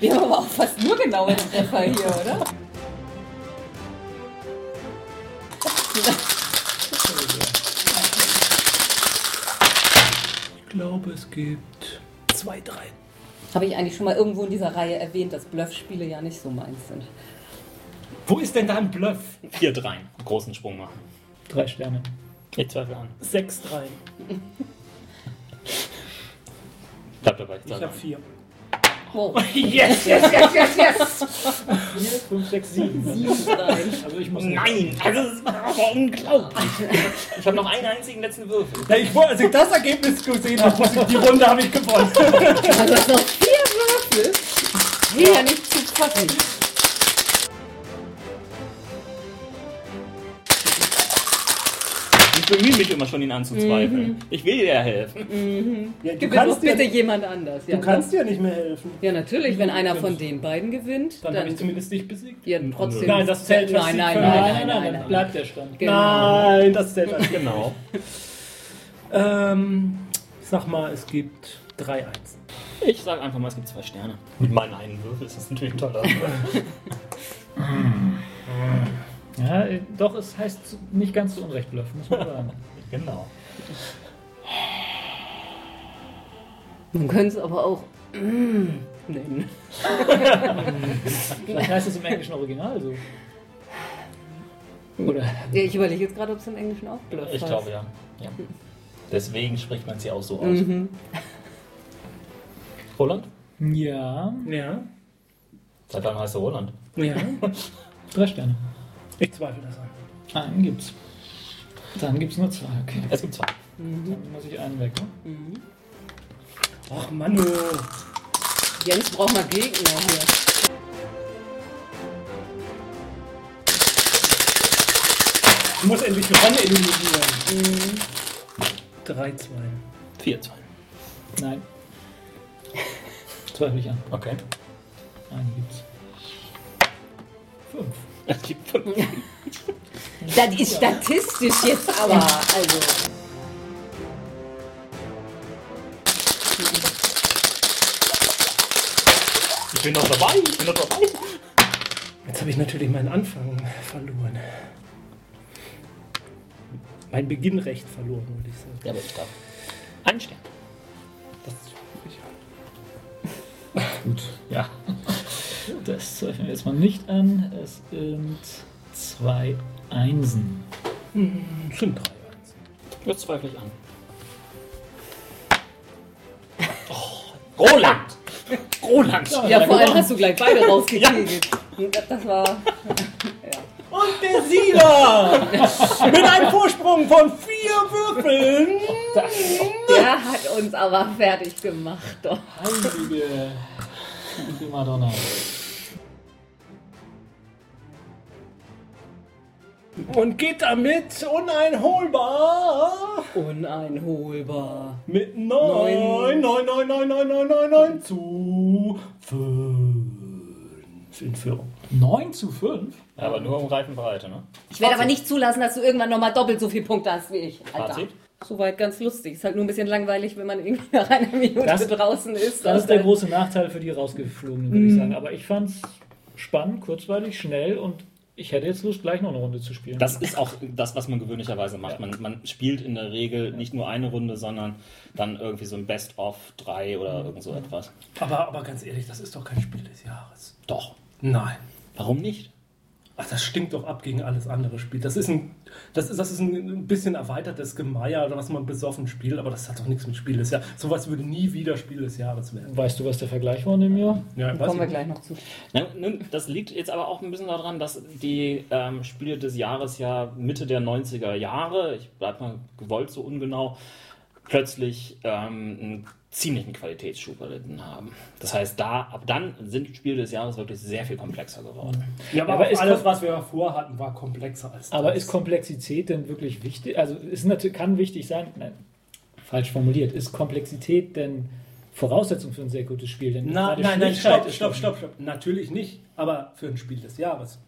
Speaker 1: Wir haben aber auch fast nur genaue Treffer hier, oder?
Speaker 3: Ich glaube, es gibt zwei, drei.
Speaker 1: Habe ich eigentlich schon mal irgendwo in dieser Reihe erwähnt, dass Bluffspiele ja nicht so meins sind.
Speaker 3: Wo ist denn da ein Bluff?
Speaker 4: Vier, dreien. Großen Sprung machen.
Speaker 5: Drei Sterne.
Speaker 4: Ich zweifle an.
Speaker 3: Sechs, drei.
Speaker 4: Bleib dabei.
Speaker 3: Ich habe vier.
Speaker 1: Wow.
Speaker 4: Yes, yes, yes, yes, yes!
Speaker 5: Vier, fünf, sechs, sieben.
Speaker 1: Sieben, drei.
Speaker 5: Also ich muss.
Speaker 4: Nein, also es war aber unglaublich. Ich habe noch einen einzigen letzten Würfel.
Speaker 3: Ja, ich, wollte- als ich das Ergebnis gesehen habe, muss ich- die Runde habe ich gewonnen.
Speaker 1: Also das sind noch vier Würfel. Hier ja nicht zu fassen.
Speaker 4: Ich bemühe mich immer schon, ihn anzuzweifeln. Ich will dir ja helfen.
Speaker 3: Ja, du,
Speaker 1: Gib mir doch
Speaker 3: kannst dir,
Speaker 1: bitte jemand anders. Ja, ne?
Speaker 3: du kannst dir nicht mehr helfen.
Speaker 1: ja natürlich, wenn einer von den beiden gewinnt,
Speaker 3: Dann,
Speaker 1: dann,
Speaker 3: habe ich zumindest dich besiegt.
Speaker 1: ja, trotzdem.
Speaker 3: Nein, das zählt als
Speaker 1: Nein,
Speaker 3: Sieg
Speaker 1: nein,
Speaker 3: für-
Speaker 1: nein,
Speaker 5: Nein, nein, nein, dann bleibt der Stand.
Speaker 1: Genau.
Speaker 3: Nein, das zählt als
Speaker 4: Genau.
Speaker 3: ähm, Sag mal, es gibt drei Einsen.
Speaker 4: Ich sage einfach mal, es gibt zwei Sterne. Mit meinen einen Würfel ist das natürlich toller.
Speaker 5: Ja, äh, doch, es heißt nicht ganz so unrecht Bluff, muss man sagen.
Speaker 4: genau.
Speaker 1: Man könnte es aber auch mm, nennen.
Speaker 5: Vielleicht heißt es im englischen Original so. Oder?
Speaker 1: Ja, ich überlege jetzt gerade, ob es im Englischen auch Bluff
Speaker 4: Ich
Speaker 1: heißt.
Speaker 4: glaube ja. ja. Deswegen spricht man sie auch so aus. Roland?
Speaker 5: Ja,
Speaker 3: Ja.
Speaker 4: Seit wann heißt du Roland?
Speaker 3: Ja.
Speaker 5: drei Sterne.
Speaker 3: Ich zweifle das an.
Speaker 5: Einen gibt's. Dann gibt's nur zwei, okay.
Speaker 4: Es gibt zwei.
Speaker 5: Dann muss ich einen weg. Ne?
Speaker 3: Ach, Mann. oh.
Speaker 1: Jens braucht mal Gegner hier.
Speaker 3: Ich muss endlich Ron eliminieren. Mhm. Drei, zwei.
Speaker 4: Vier, zwei.
Speaker 5: Nein. Zweifel ich an.
Speaker 4: Okay.
Speaker 5: Einen gibt's. Fünf.
Speaker 4: Es gibt fünf.
Speaker 1: Das ist statistisch jetzt aber. Also.
Speaker 4: Ich bin noch dabei. Ich bin noch dabei.
Speaker 3: Jetzt habe ich natürlich meinen Anfang verloren. mein Beginnrecht verloren, würde ich sagen.
Speaker 4: Ja, aber ich darf. Einen Stern.
Speaker 6: Gut.
Speaker 4: Ja.
Speaker 5: Das zweifeln wir jetzt mal nicht an. Es sind zwei Einsen.
Speaker 3: Das sind drei Einsen.
Speaker 4: Das zweifle ich an. Oh, Roland! Roland!
Speaker 1: Ja, vor allem hast du gleich beide rausgekegelt. Das war.
Speaker 6: Und der Sieger mit einem Vorsprung von vier Würfeln.
Speaker 1: Der hat uns aber fertig gemacht. Doch.
Speaker 5: Heilige Primadonna.
Speaker 3: Und geht damit uneinholbar
Speaker 1: Uneinholbar.
Speaker 3: mit neun, neun, neun, neun, neun, neun, neun, neun zu fünf in Führung.
Speaker 5: 9 zu 5?
Speaker 4: Ja, aber nur um Reifenbreite, ne?
Speaker 1: Ich werde aber nicht zulassen, dass du irgendwann nochmal doppelt so viele Punkte hast wie ich. Alter.
Speaker 4: Fazit?
Speaker 1: Soweit ganz lustig. Ist halt nur ein bisschen langweilig, wenn man irgendwie nach einer Minute
Speaker 5: Das-
Speaker 1: draußen ist. Also,
Speaker 5: Das ist der
Speaker 1: Dann-
Speaker 5: große Nachteil für die rausgeflogenen, würde
Speaker 3: Mhm.
Speaker 5: ich sagen. Aber ich fand's spannend, kurzweilig, schnell und ich hätte jetzt Lust, gleich noch eine Runde zu spielen.
Speaker 4: Das ist auch das, was man gewöhnlicherweise macht. Man, man spielt in der Regel nicht nur eine Runde, sondern dann irgendwie so ein Best-of 3 oder irgend so etwas.
Speaker 3: Aber, aber ganz ehrlich, das ist doch kein Spiel des Jahres.
Speaker 4: Doch.
Speaker 3: Nein.
Speaker 4: Warum nicht?
Speaker 3: Ach, das stinkt doch ab gegen alles andere Spiel. Das ist ein, das ist, das ist ein, ein bisschen erweitertes Gemeier, oder was man besoffen spielt, aber das hat doch nichts mit Spiel des Jahres. Sowas würde nie wieder Spiel des Jahres werden.
Speaker 5: weißt du, was der Vergleich war in dem Jahr?
Speaker 3: Ja, weiß
Speaker 1: Kommen wir
Speaker 3: ich
Speaker 1: gleich noch zu.
Speaker 4: Na, nun, das liegt jetzt aber auch ein bisschen daran, dass die ähm, Spiele des Jahres ja Mitte der 90er Jahre, ich bleib mal gewollt so ungenau, plötzlich ähm, einen ziemlichen Qualitätsschub erlitten haben. Das heißt, da, ab dann sind Spiele des Jahres wirklich sehr viel komplexer geworden.
Speaker 3: nicht. Ja, aber,
Speaker 5: Ja, aber
Speaker 3: auch
Speaker 5: ist
Speaker 3: alles,
Speaker 5: kom-
Speaker 3: was wir vorhatten, war komplexer als das.
Speaker 5: Aber ist Komplexität denn wirklich wichtig? Also ist natürlich, kann wichtig sein, nein, falsch formuliert, ist Komplexität denn Voraussetzung für ein sehr gutes Spiel? Denn
Speaker 3: Na,
Speaker 5: gerade
Speaker 3: nein, nein,
Speaker 5: Schwierigkeit
Speaker 3: stopp,
Speaker 5: ist
Speaker 3: stopp,
Speaker 5: doch-
Speaker 3: stopp, stopp. Natürlich nicht, aber für ein Spiel des Jahres.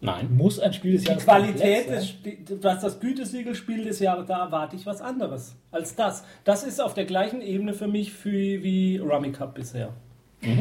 Speaker 4: Nein.
Speaker 5: Muss ein Spiel des
Speaker 3: Die
Speaker 5: Jahres
Speaker 3: Qualität,
Speaker 5: komplex sein?
Speaker 3: des Spiel- was das Gütesiegelspiel des Jahres, da erwarte ich was anderes als das. Das ist auf der gleichen Ebene für mich für, wie Rummy Cup bisher.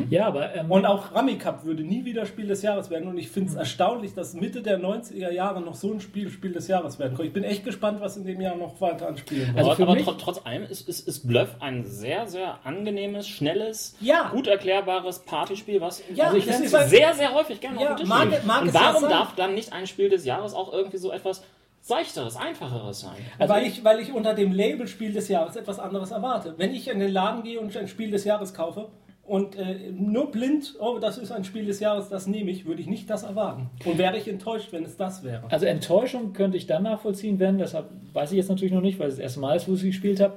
Speaker 5: Ja, aber ähm,
Speaker 3: Und auch Rummy Cup würde nie wieder Spiel des Jahres werden. Und ich finde
Speaker 5: Mhm.
Speaker 3: es erstaunlich, dass Mitte der 90er Jahre noch so ein Spiel Spiel des Jahres werden kann. Ich bin echt gespannt, was in dem Jahr noch weiter an Spielen
Speaker 5: Also
Speaker 4: Also
Speaker 3: wird.
Speaker 4: aber
Speaker 5: für
Speaker 4: aber tr
Speaker 5: mich-
Speaker 4: trotz allem ist, ist, ist Bluff ein sehr, sehr angenehmes, schnelles,
Speaker 3: Ja.
Speaker 4: gut erklärbares Partyspiel, was
Speaker 3: Ja,
Speaker 4: also ich
Speaker 3: das
Speaker 4: finde
Speaker 3: ist ein-
Speaker 4: sehr, sehr häufig gerne
Speaker 3: Ja,
Speaker 4: auf den Tisch
Speaker 3: mag-
Speaker 4: liegen.
Speaker 3: mag es
Speaker 4: Und
Speaker 3: ja
Speaker 4: warum
Speaker 3: sein.
Speaker 4: darf dann nicht ein Spiel des Jahres auch irgendwie so etwas seichteres, einfacheres sein?
Speaker 5: also
Speaker 4: Also
Speaker 3: weil, Also ich, weil ich unter dem Label Spiel des Jahres etwas anderes erwarte. Wenn ich in den Laden gehe und ein Spiel des Jahres kaufe und äh, nur blind, oh, das ist ein Spiel des Jahres, das nehme ich, würde ich nicht das erwarten. Und wäre ich enttäuscht, wenn es das wäre.
Speaker 5: Also Enttäuschung könnte ich dann nachvollziehen, wenn, deshalb weiß ich jetzt natürlich noch nicht, weil es das erste Mal ist, wo ich es gespielt habe,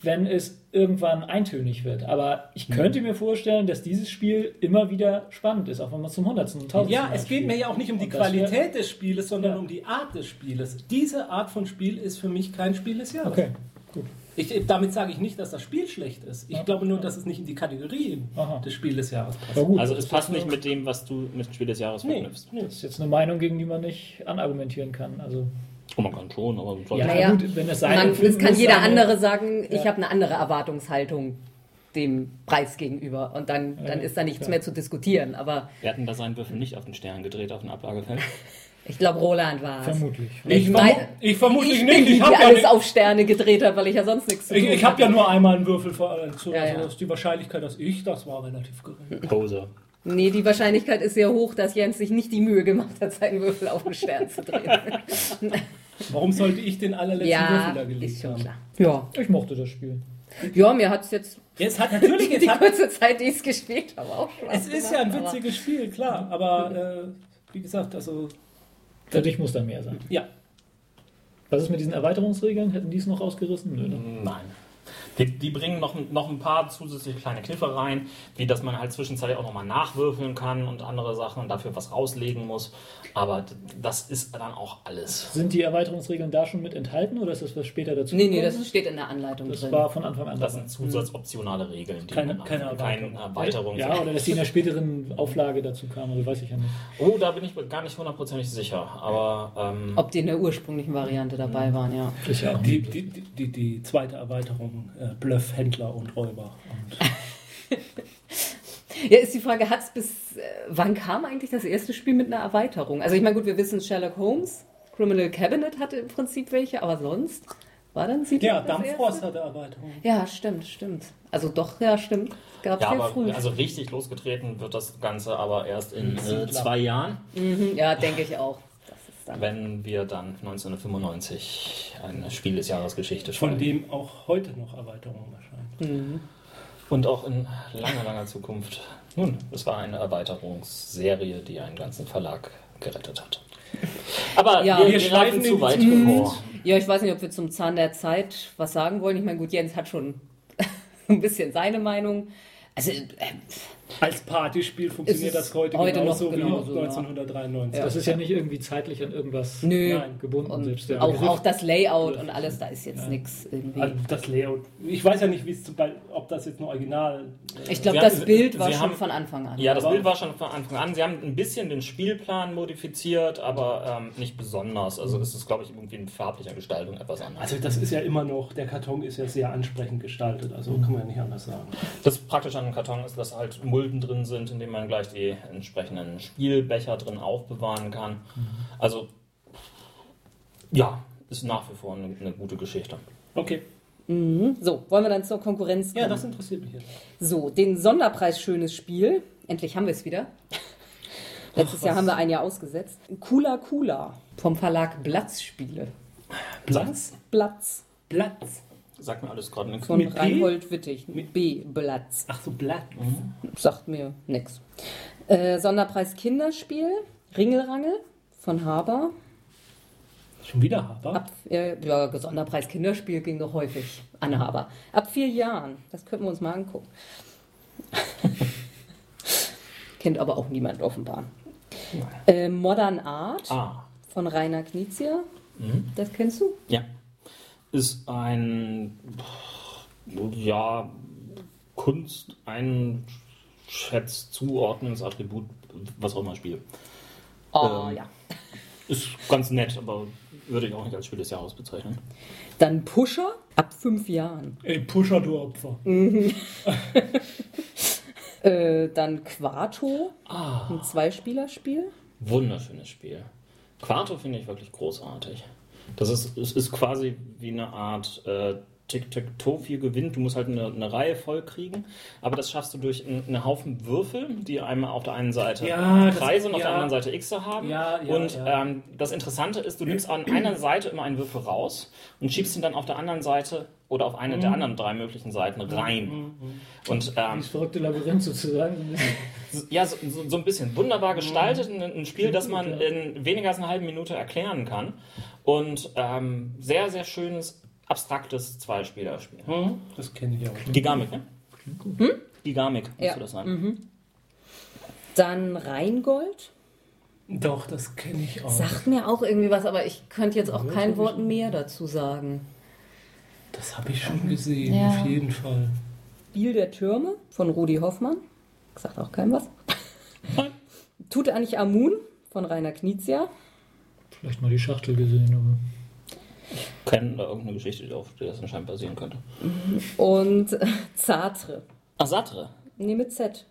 Speaker 5: wenn es irgendwann eintönig wird. Aber ich könnte mir vorstellen, dass dieses Spiel immer wieder spannend ist, auch wenn man es zum hundertsten und tausendsten
Speaker 3: Ja,
Speaker 5: Mal
Speaker 3: es geht
Speaker 5: spielt.
Speaker 3: mir ja auch nicht um die
Speaker 5: Und das wär-
Speaker 3: Qualität des Spieles, sondern
Speaker 5: Ja.
Speaker 3: um die Art des Spieles. Diese Art von Spiel ist für mich kein Spiel des Jahres.
Speaker 5: Okay, gut.
Speaker 3: Ich, äh, damit sage ich nicht, dass das Spiel schlecht ist. Ich glaube nur, dass es nicht in die Kategorie
Speaker 5: Aha.
Speaker 3: des Spiel des Jahres passt.
Speaker 5: War gut.
Speaker 4: Also es passt nicht mit dem, was du mit Spiel des Jahres
Speaker 3: Nee,
Speaker 4: verknüpfst.
Speaker 3: nee.
Speaker 5: das ist jetzt eine Meinung, gegen die man nicht anargumentieren kann. Also,
Speaker 4: Oh, man kann schon, aber man sollte-
Speaker 5: Ja,
Speaker 1: Naja,
Speaker 5: gut, wenn es sein
Speaker 1: man,
Speaker 5: muss,
Speaker 1: es kann jeder
Speaker 5: seine-
Speaker 1: andere sagen, ich habe eine andere Erwartungshaltung dem Preis gegenüber. Und dann, dann ist da nichts mehr zu diskutieren. Aber
Speaker 4: Wir hatten da seinen Würfel nicht auf den Stern gedreht, auf den Ablagefeld.
Speaker 1: ich glaube, Roland war es.
Speaker 5: vermutlich.
Speaker 1: Ich meine-
Speaker 3: ich vermutlich
Speaker 1: Ich
Speaker 3: nicht.
Speaker 1: bin die,
Speaker 3: ich
Speaker 1: die
Speaker 3: habe ja,
Speaker 1: alles
Speaker 3: nicht-
Speaker 1: auf Sterne gedreht hat, weil ich ja sonst nichts zu tun
Speaker 3: ich, ich hab
Speaker 1: hatte.
Speaker 3: ja nur einmal einen Würfel vor allem zu.
Speaker 1: Ja,
Speaker 3: also
Speaker 1: ja.
Speaker 3: ist die Wahrscheinlichkeit, dass ich das war, relativ gering.
Speaker 4: Pose.
Speaker 1: Nee, die Wahrscheinlichkeit ist sehr hoch, dass Jens sich nicht die Mühe gemacht hat, seinen Würfel auf den Stern zu drehen.
Speaker 3: Warum sollte ich den allerletzten Würfel
Speaker 1: ja,
Speaker 3: da gelegt
Speaker 1: ist schon
Speaker 3: haben?
Speaker 1: klar. Ja,
Speaker 5: Ich mochte das Spiel.
Speaker 1: ja mir hat es jetzt
Speaker 3: Jetzt hat natürlich,
Speaker 1: die
Speaker 3: jetzt hat,
Speaker 1: kurze Zeit, die ich es gespielt habe, auch Spaß
Speaker 3: es ist
Speaker 1: gemacht,
Speaker 3: ja ein
Speaker 1: aber-
Speaker 3: witziges Spiel, klar. Aber äh, wie gesagt, also
Speaker 5: Für dich muss da mehr sein.
Speaker 3: ja.
Speaker 5: Was ist mit diesen Erweiterungsregeln? Hätten die es noch ausgerissen? Nö, ne?
Speaker 4: Nein. Die, die bringen noch, noch ein paar zusätzliche kleine Kniffe rein, wie dass man halt zwischenzeitlich auch nochmal nachwürfeln kann und andere Sachen und dafür was rauslegen muss. Aber d- das ist dann auch alles.
Speaker 5: Sind die Erweiterungsregeln da schon mit enthalten oder ist das was später dazu?
Speaker 1: Nee, nee,
Speaker 5: gekommen?
Speaker 1: das steht in der Anleitung
Speaker 5: Das
Speaker 1: drin.
Speaker 5: war von Anfang an
Speaker 4: Das
Speaker 5: dabei.
Speaker 4: sind zusatzoptionale Regeln, die
Speaker 3: Keine-
Speaker 4: man-
Speaker 3: keine Erweiterung.
Speaker 4: keine Erweiterung
Speaker 5: Ja, oder dass die in der späteren Auflage dazu kam, also weiß ich ja nicht.
Speaker 4: Oh, da bin ich gar nicht hundertprozentig sicher. Aber ähm,
Speaker 1: Ob die in der ursprünglichen Variante dabei waren, ja.
Speaker 5: Ist ja auch
Speaker 3: Die, die, die, die zweite Erweiterung, äh, Bluff, Händler und Räuber. Und
Speaker 1: Ja, ist die Frage, hat's bis äh, wann kam eigentlich das erste Spiel mit einer Erweiterung? Also ich meine, gut, wir wissen Sherlock Holmes Criminal Cabinet hatte im Prinzip welche, aber sonst war dann Siedlung
Speaker 3: Ja,
Speaker 1: das
Speaker 3: Dampfrost hatte Erweiterung.
Speaker 1: erste? Ja, stimmt, stimmt. Also doch, ja, stimmt. Gab es
Speaker 4: Ja,
Speaker 1: ja,
Speaker 4: aber
Speaker 1: früh.
Speaker 4: also richtig losgetreten wird das Ganze aber erst in äh, zwei Jahren,
Speaker 1: Mhm, ja, denke ich auch. Das ist dann.
Speaker 4: wenn wir dann 1995 eine Spiel des Jahres Geschichte
Speaker 3: Von
Speaker 4: schreiben.
Speaker 3: dem auch heute noch Erweiterungen erscheinen.
Speaker 4: Und auch in langer, langer Zukunft. Nun, es war eine Erweiterungsserie, die einen ganzen Verlag gerettet hat. Aber
Speaker 1: Ja.
Speaker 4: wir,
Speaker 1: Wir
Speaker 4: wir
Speaker 3: schweifen
Speaker 4: schreiben
Speaker 3: in
Speaker 4: zu
Speaker 3: die
Speaker 4: weit
Speaker 3: Zukunft.
Speaker 4: vor.
Speaker 1: Ja, ich weiß nicht, ob wir zum Zahn der Zeit was sagen wollen. Ich meine, gut, Jens hat schon ein bisschen seine Meinung. Also, äh,
Speaker 3: Als Partyspiel funktioniert
Speaker 1: Es ist
Speaker 3: das heute,
Speaker 1: heute
Speaker 3: genauso
Speaker 1: noch
Speaker 3: wie
Speaker 1: genauso, ja.
Speaker 3: 1993.
Speaker 5: Das ist ja nicht irgendwie zeitlich an irgendwas
Speaker 1: nö.
Speaker 3: Nein.
Speaker 5: gebunden. selbst
Speaker 1: Und
Speaker 5: der
Speaker 1: auch,
Speaker 5: Begriff.
Speaker 1: auch das Layout und alles, da ist jetzt nichts irgendwie.
Speaker 3: Also das Layout. Ich weiß ja nicht, wie es zum Beispiel, ob das jetzt ein Original.
Speaker 1: Ich glaube,
Speaker 4: Sie
Speaker 1: das
Speaker 4: haben-
Speaker 1: Bild war
Speaker 4: Sie
Speaker 1: schon
Speaker 4: haben-
Speaker 1: von Anfang an.
Speaker 4: Ja, das
Speaker 3: Aber-
Speaker 4: Bild war schon von Anfang an. Sie haben ein bisschen den Spielplan modifiziert, aber ähm, nicht besonders. Also es ist, glaube ich, irgendwie in farblicher Gestaltung etwas anders.
Speaker 3: Also das ist ja immer noch, der Karton ist ja sehr ansprechend gestaltet, also kann man ja nicht anders sagen.
Speaker 4: Das praktisch an dem Karton ist, dass halt Mulden drin sind, in denen man gleich die entsprechenden Spielbecher drin aufbewahren kann.
Speaker 3: Mhm.
Speaker 4: Also, ja, ist nach wie vor eine, eine gute Geschichte.
Speaker 3: Okay,
Speaker 1: So, wollen wir dann zur Konkurrenz kommen?
Speaker 3: ja, das interessiert mich jetzt.
Speaker 1: So, den Sonderpreis Schönes Spiel. Endlich haben wir es wieder. Letztes Jahr haben wir ein Jahr ausgesetzt. Kula Kula vom Verlag Blatzspiele.
Speaker 3: Platz?
Speaker 1: Blatz.
Speaker 3: Platz.
Speaker 4: Sagt mir alles gerade nichts.
Speaker 1: Von
Speaker 3: Mit B?
Speaker 1: Reinhold Wittig. Mit
Speaker 3: Mit-
Speaker 1: B. Blatz.
Speaker 3: Ach so, Platz.
Speaker 1: Sagt mir nix. Äh, Sonderpreis Kinderspiel. Ringelrangel von Haber.
Speaker 3: Schon wieder Haber?
Speaker 1: Ab, äh, ja, Sonderpreis Kinderspiel ging doch häufig an Haber. Ab vier Jahren. Das könnten wir uns mal angucken. Kennt aber auch niemand offenbar. Äh, Modern Art.
Speaker 4: Ah, Mhm.
Speaker 1: Von Rainer Knizia. Das kennst du?
Speaker 4: ja. Ist ein, ja, Kunst, ein Schätz, Zuordnungsattribut, was auch immer Spiel.
Speaker 1: Oh
Speaker 4: Ähm.
Speaker 1: ja.
Speaker 4: Ist ganz nett, aber würde ich auch nicht als Spiel des Jahres bezeichnen.
Speaker 1: Dann Pusher ab fünf Jahren.
Speaker 3: Ey, Pusher, du Opfer.
Speaker 1: Äh, dann Quarto,
Speaker 4: Ah.
Speaker 1: ein Zweispielerspiel.
Speaker 4: Wunderschönes Spiel. Quarto finde ich wirklich großartig. Das ist, es ist quasi wie eine Art äh, Tic-Tac-Toe, viel gewinnt. Du musst halt eine, eine Reihe voll kriegen, aber das schaffst du durch einen, einen Haufen Würfel, die einmal auf der einen Seite
Speaker 3: Ja, das-
Speaker 4: Kreise und auf
Speaker 3: ja.
Speaker 4: der anderen Seite Xe haben.
Speaker 3: Ja, ja,
Speaker 4: und
Speaker 3: ja.
Speaker 4: Ähm, das Interessante ist, du nimmst an einer Seite immer einen Würfel raus und schiebst ihn dann auf der anderen Seite oder auf eine
Speaker 3: Mhm.
Speaker 4: der anderen drei möglichen Seiten rein. Und ähm,
Speaker 5: Das verrückte Labyrinth sozusagen.
Speaker 4: ja, so, so, so ein bisschen wunderbar gestaltet, ein, ein Spiel, das man in weniger als einer halben Minute erklären kann. Und ähm, sehr, sehr schönes, abstraktes Zweispielerspiel.
Speaker 3: Hm? Das kenne ich auch.
Speaker 4: Gigamic, ne? Gigamic, müsste
Speaker 1: Ja. Mhm.
Speaker 4: das sein.
Speaker 1: Dann Rheingold.
Speaker 3: Doch, das kenne ich auch.
Speaker 1: Sagt mir auch irgendwie was, aber ich könnte jetzt auch kein Wort mehr dazu sagen.
Speaker 3: Das habe ich schon gesehen,
Speaker 1: Ja.
Speaker 3: auf jeden Fall.
Speaker 1: Spiel der Türme von Rudi Hoffmann. Sagt auch keinem was.
Speaker 4: Hm.
Speaker 1: Tut eigentlich Amun von Rainer Knizia.
Speaker 5: Vielleicht mal die Schachtel gesehen, um aber.
Speaker 4: Kennen da irgendeine Geschichte, auf die das anscheinend basieren könnte.
Speaker 1: Und Zartre.
Speaker 4: Ach, Satre.
Speaker 1: Nee, mit Z.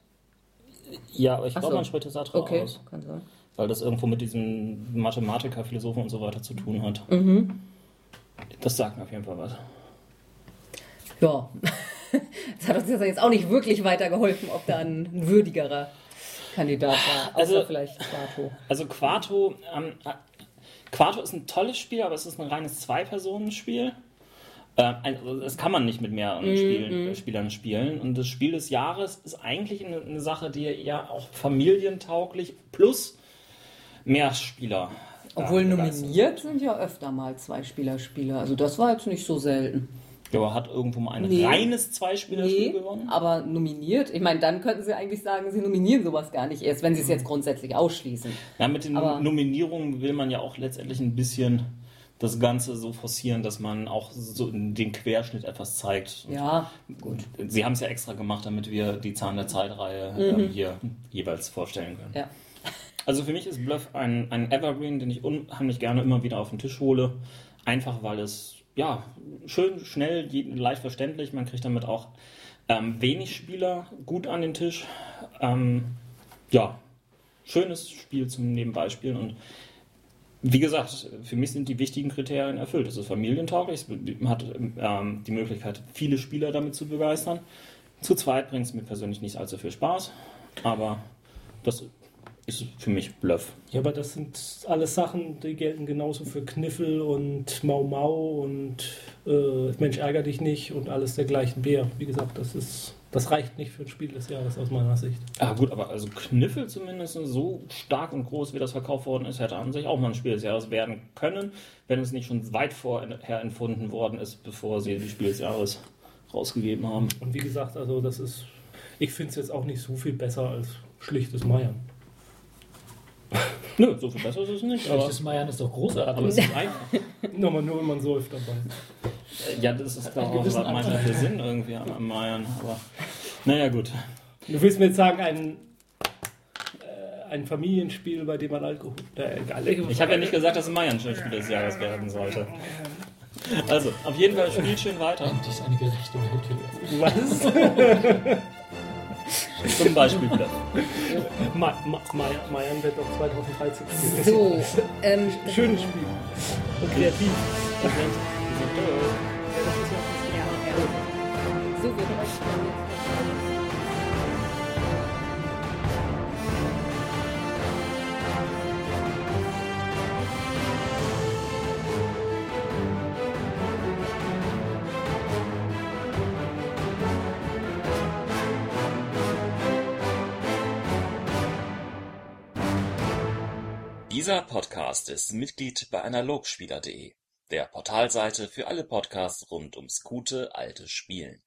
Speaker 4: Ja, aber ich
Speaker 1: Ach
Speaker 4: glaube,
Speaker 1: so.
Speaker 4: man spricht das Satre
Speaker 1: Okay,
Speaker 4: aus.
Speaker 1: kann sein.
Speaker 4: Weil das irgendwo mit diesem Mathematiker, Philosophen und so weiter zu tun hat.
Speaker 1: Mhm.
Speaker 4: Das sagt mir auf jeden Fall was.
Speaker 1: Ja. Das hat uns jetzt auch nicht wirklich weitergeholfen, ob da ein würdigerer Kandidat war. Außer
Speaker 4: Also-
Speaker 1: vielleicht Quarto.
Speaker 4: Also Quarto, ähm, äh, Quarto ist ein tolles Spiel, aber es ist ein reines Zwei-Personen-Spiel. Äh, ein- also das kann man nicht mit mehreren
Speaker 1: Mhm,
Speaker 4: Spielen, äh, Spielern spielen. Und das Spiel des Jahres ist eigentlich eine, eine Sache, die ja auch familientauglich plus mehr Spieler. äh,
Speaker 1: Obwohl
Speaker 4: begeistert.
Speaker 1: nominiert sind ja öfter mal zwei Spieler-Spieler. Also das war jetzt nicht so selten.
Speaker 4: Ja, hat irgendwo mal ein
Speaker 1: Nee.
Speaker 4: reines Zwei-Spieler-Spiel gewonnen?
Speaker 1: aber nominiert. Ich meine, dann könnten sie eigentlich sagen, sie nominieren sowas gar nicht erst, wenn sie es jetzt grundsätzlich ausschließen.
Speaker 4: Ja, mit den
Speaker 1: Aber-
Speaker 4: Nominierungen will man ja auch letztendlich ein bisschen das Ganze so forcieren, dass man auch so den Querschnitt etwas zeigt. Und
Speaker 1: Ja,
Speaker 4: Gut. Sie haben es ja extra gemacht, damit wir die Zahn der Zeitreihe ähm, hier jeweils vorstellen können.
Speaker 1: ja.
Speaker 4: Also für mich ist Bluff ein, ein Evergreen, den ich unheimlich gerne immer wieder auf den Tisch hole. Einfach weil es, ja, schön, schnell, je- leicht verständlich. Man kriegt damit auch ähm, wenig Spieler gut an den Tisch. Ähm, ja, schönes Spiel zum Nebenbeispielen und wie gesagt, für mich sind die wichtigen Kriterien erfüllt. Es ist familientauglich, es hat ähm, die Möglichkeit, viele Spieler damit zu begeistern. Zu zweit bringt es mir persönlich nicht allzu viel Spaß, aber das ist für mich Bluff.
Speaker 3: Ja, aber das sind alles Sachen, die gelten genauso für Kniffel und Mau Mau und äh, Mensch ärger dich nicht und alles dergleichen mehr. Wie gesagt, das ist das reicht nicht für ein Spiel des Jahres aus meiner Sicht.
Speaker 4: Ah, gut, aber also Kniffel zumindest so stark und groß, wie das verkauft worden ist, hätte an sich auch mal ein Spiel des Jahres werden können, wenn es nicht schon weit vorher empfunden worden ist, bevor sie die Spiel des Jahres rausgegeben haben.
Speaker 3: Und wie gesagt, also das ist, ich finde es jetzt auch nicht so viel besser als schlichtes Meiern.
Speaker 4: Nö, so viel besser ist es nicht. Aber,
Speaker 5: Schlechtes Meiern ist doch großartig.
Speaker 4: aber es ist ein,
Speaker 3: Nochmal nur, wenn man säuft dabei.
Speaker 4: ja, das ist glaube ich
Speaker 5: gewissen
Speaker 4: auch mein der Sinn irgendwie am am Meiern. Aber naja, gut.
Speaker 3: Du willst mir jetzt sagen, ein, äh, ein Familienspiel, bei dem man Alkohol. Äh, egal.
Speaker 4: Ich habe ja nicht gesagt, dass es Meiern schon Spiel des Jahres werden sollte. Also, auf jeden Fall spielt schön weiter.
Speaker 5: Endlich eine gerechte Welt.
Speaker 3: Was?
Speaker 4: Zum Beispiel Bluff.
Speaker 3: Ma- Ma- Ma- Mayan wird auf 2013 spielen.
Speaker 1: So, ähm,
Speaker 3: Schönes Spiel. Und kreativ.
Speaker 1: so wird euch
Speaker 7: Dieser Podcast ist Mitglied bei analogspieler.de, der Portalseite für alle Podcasts rund ums gute alte Spielen.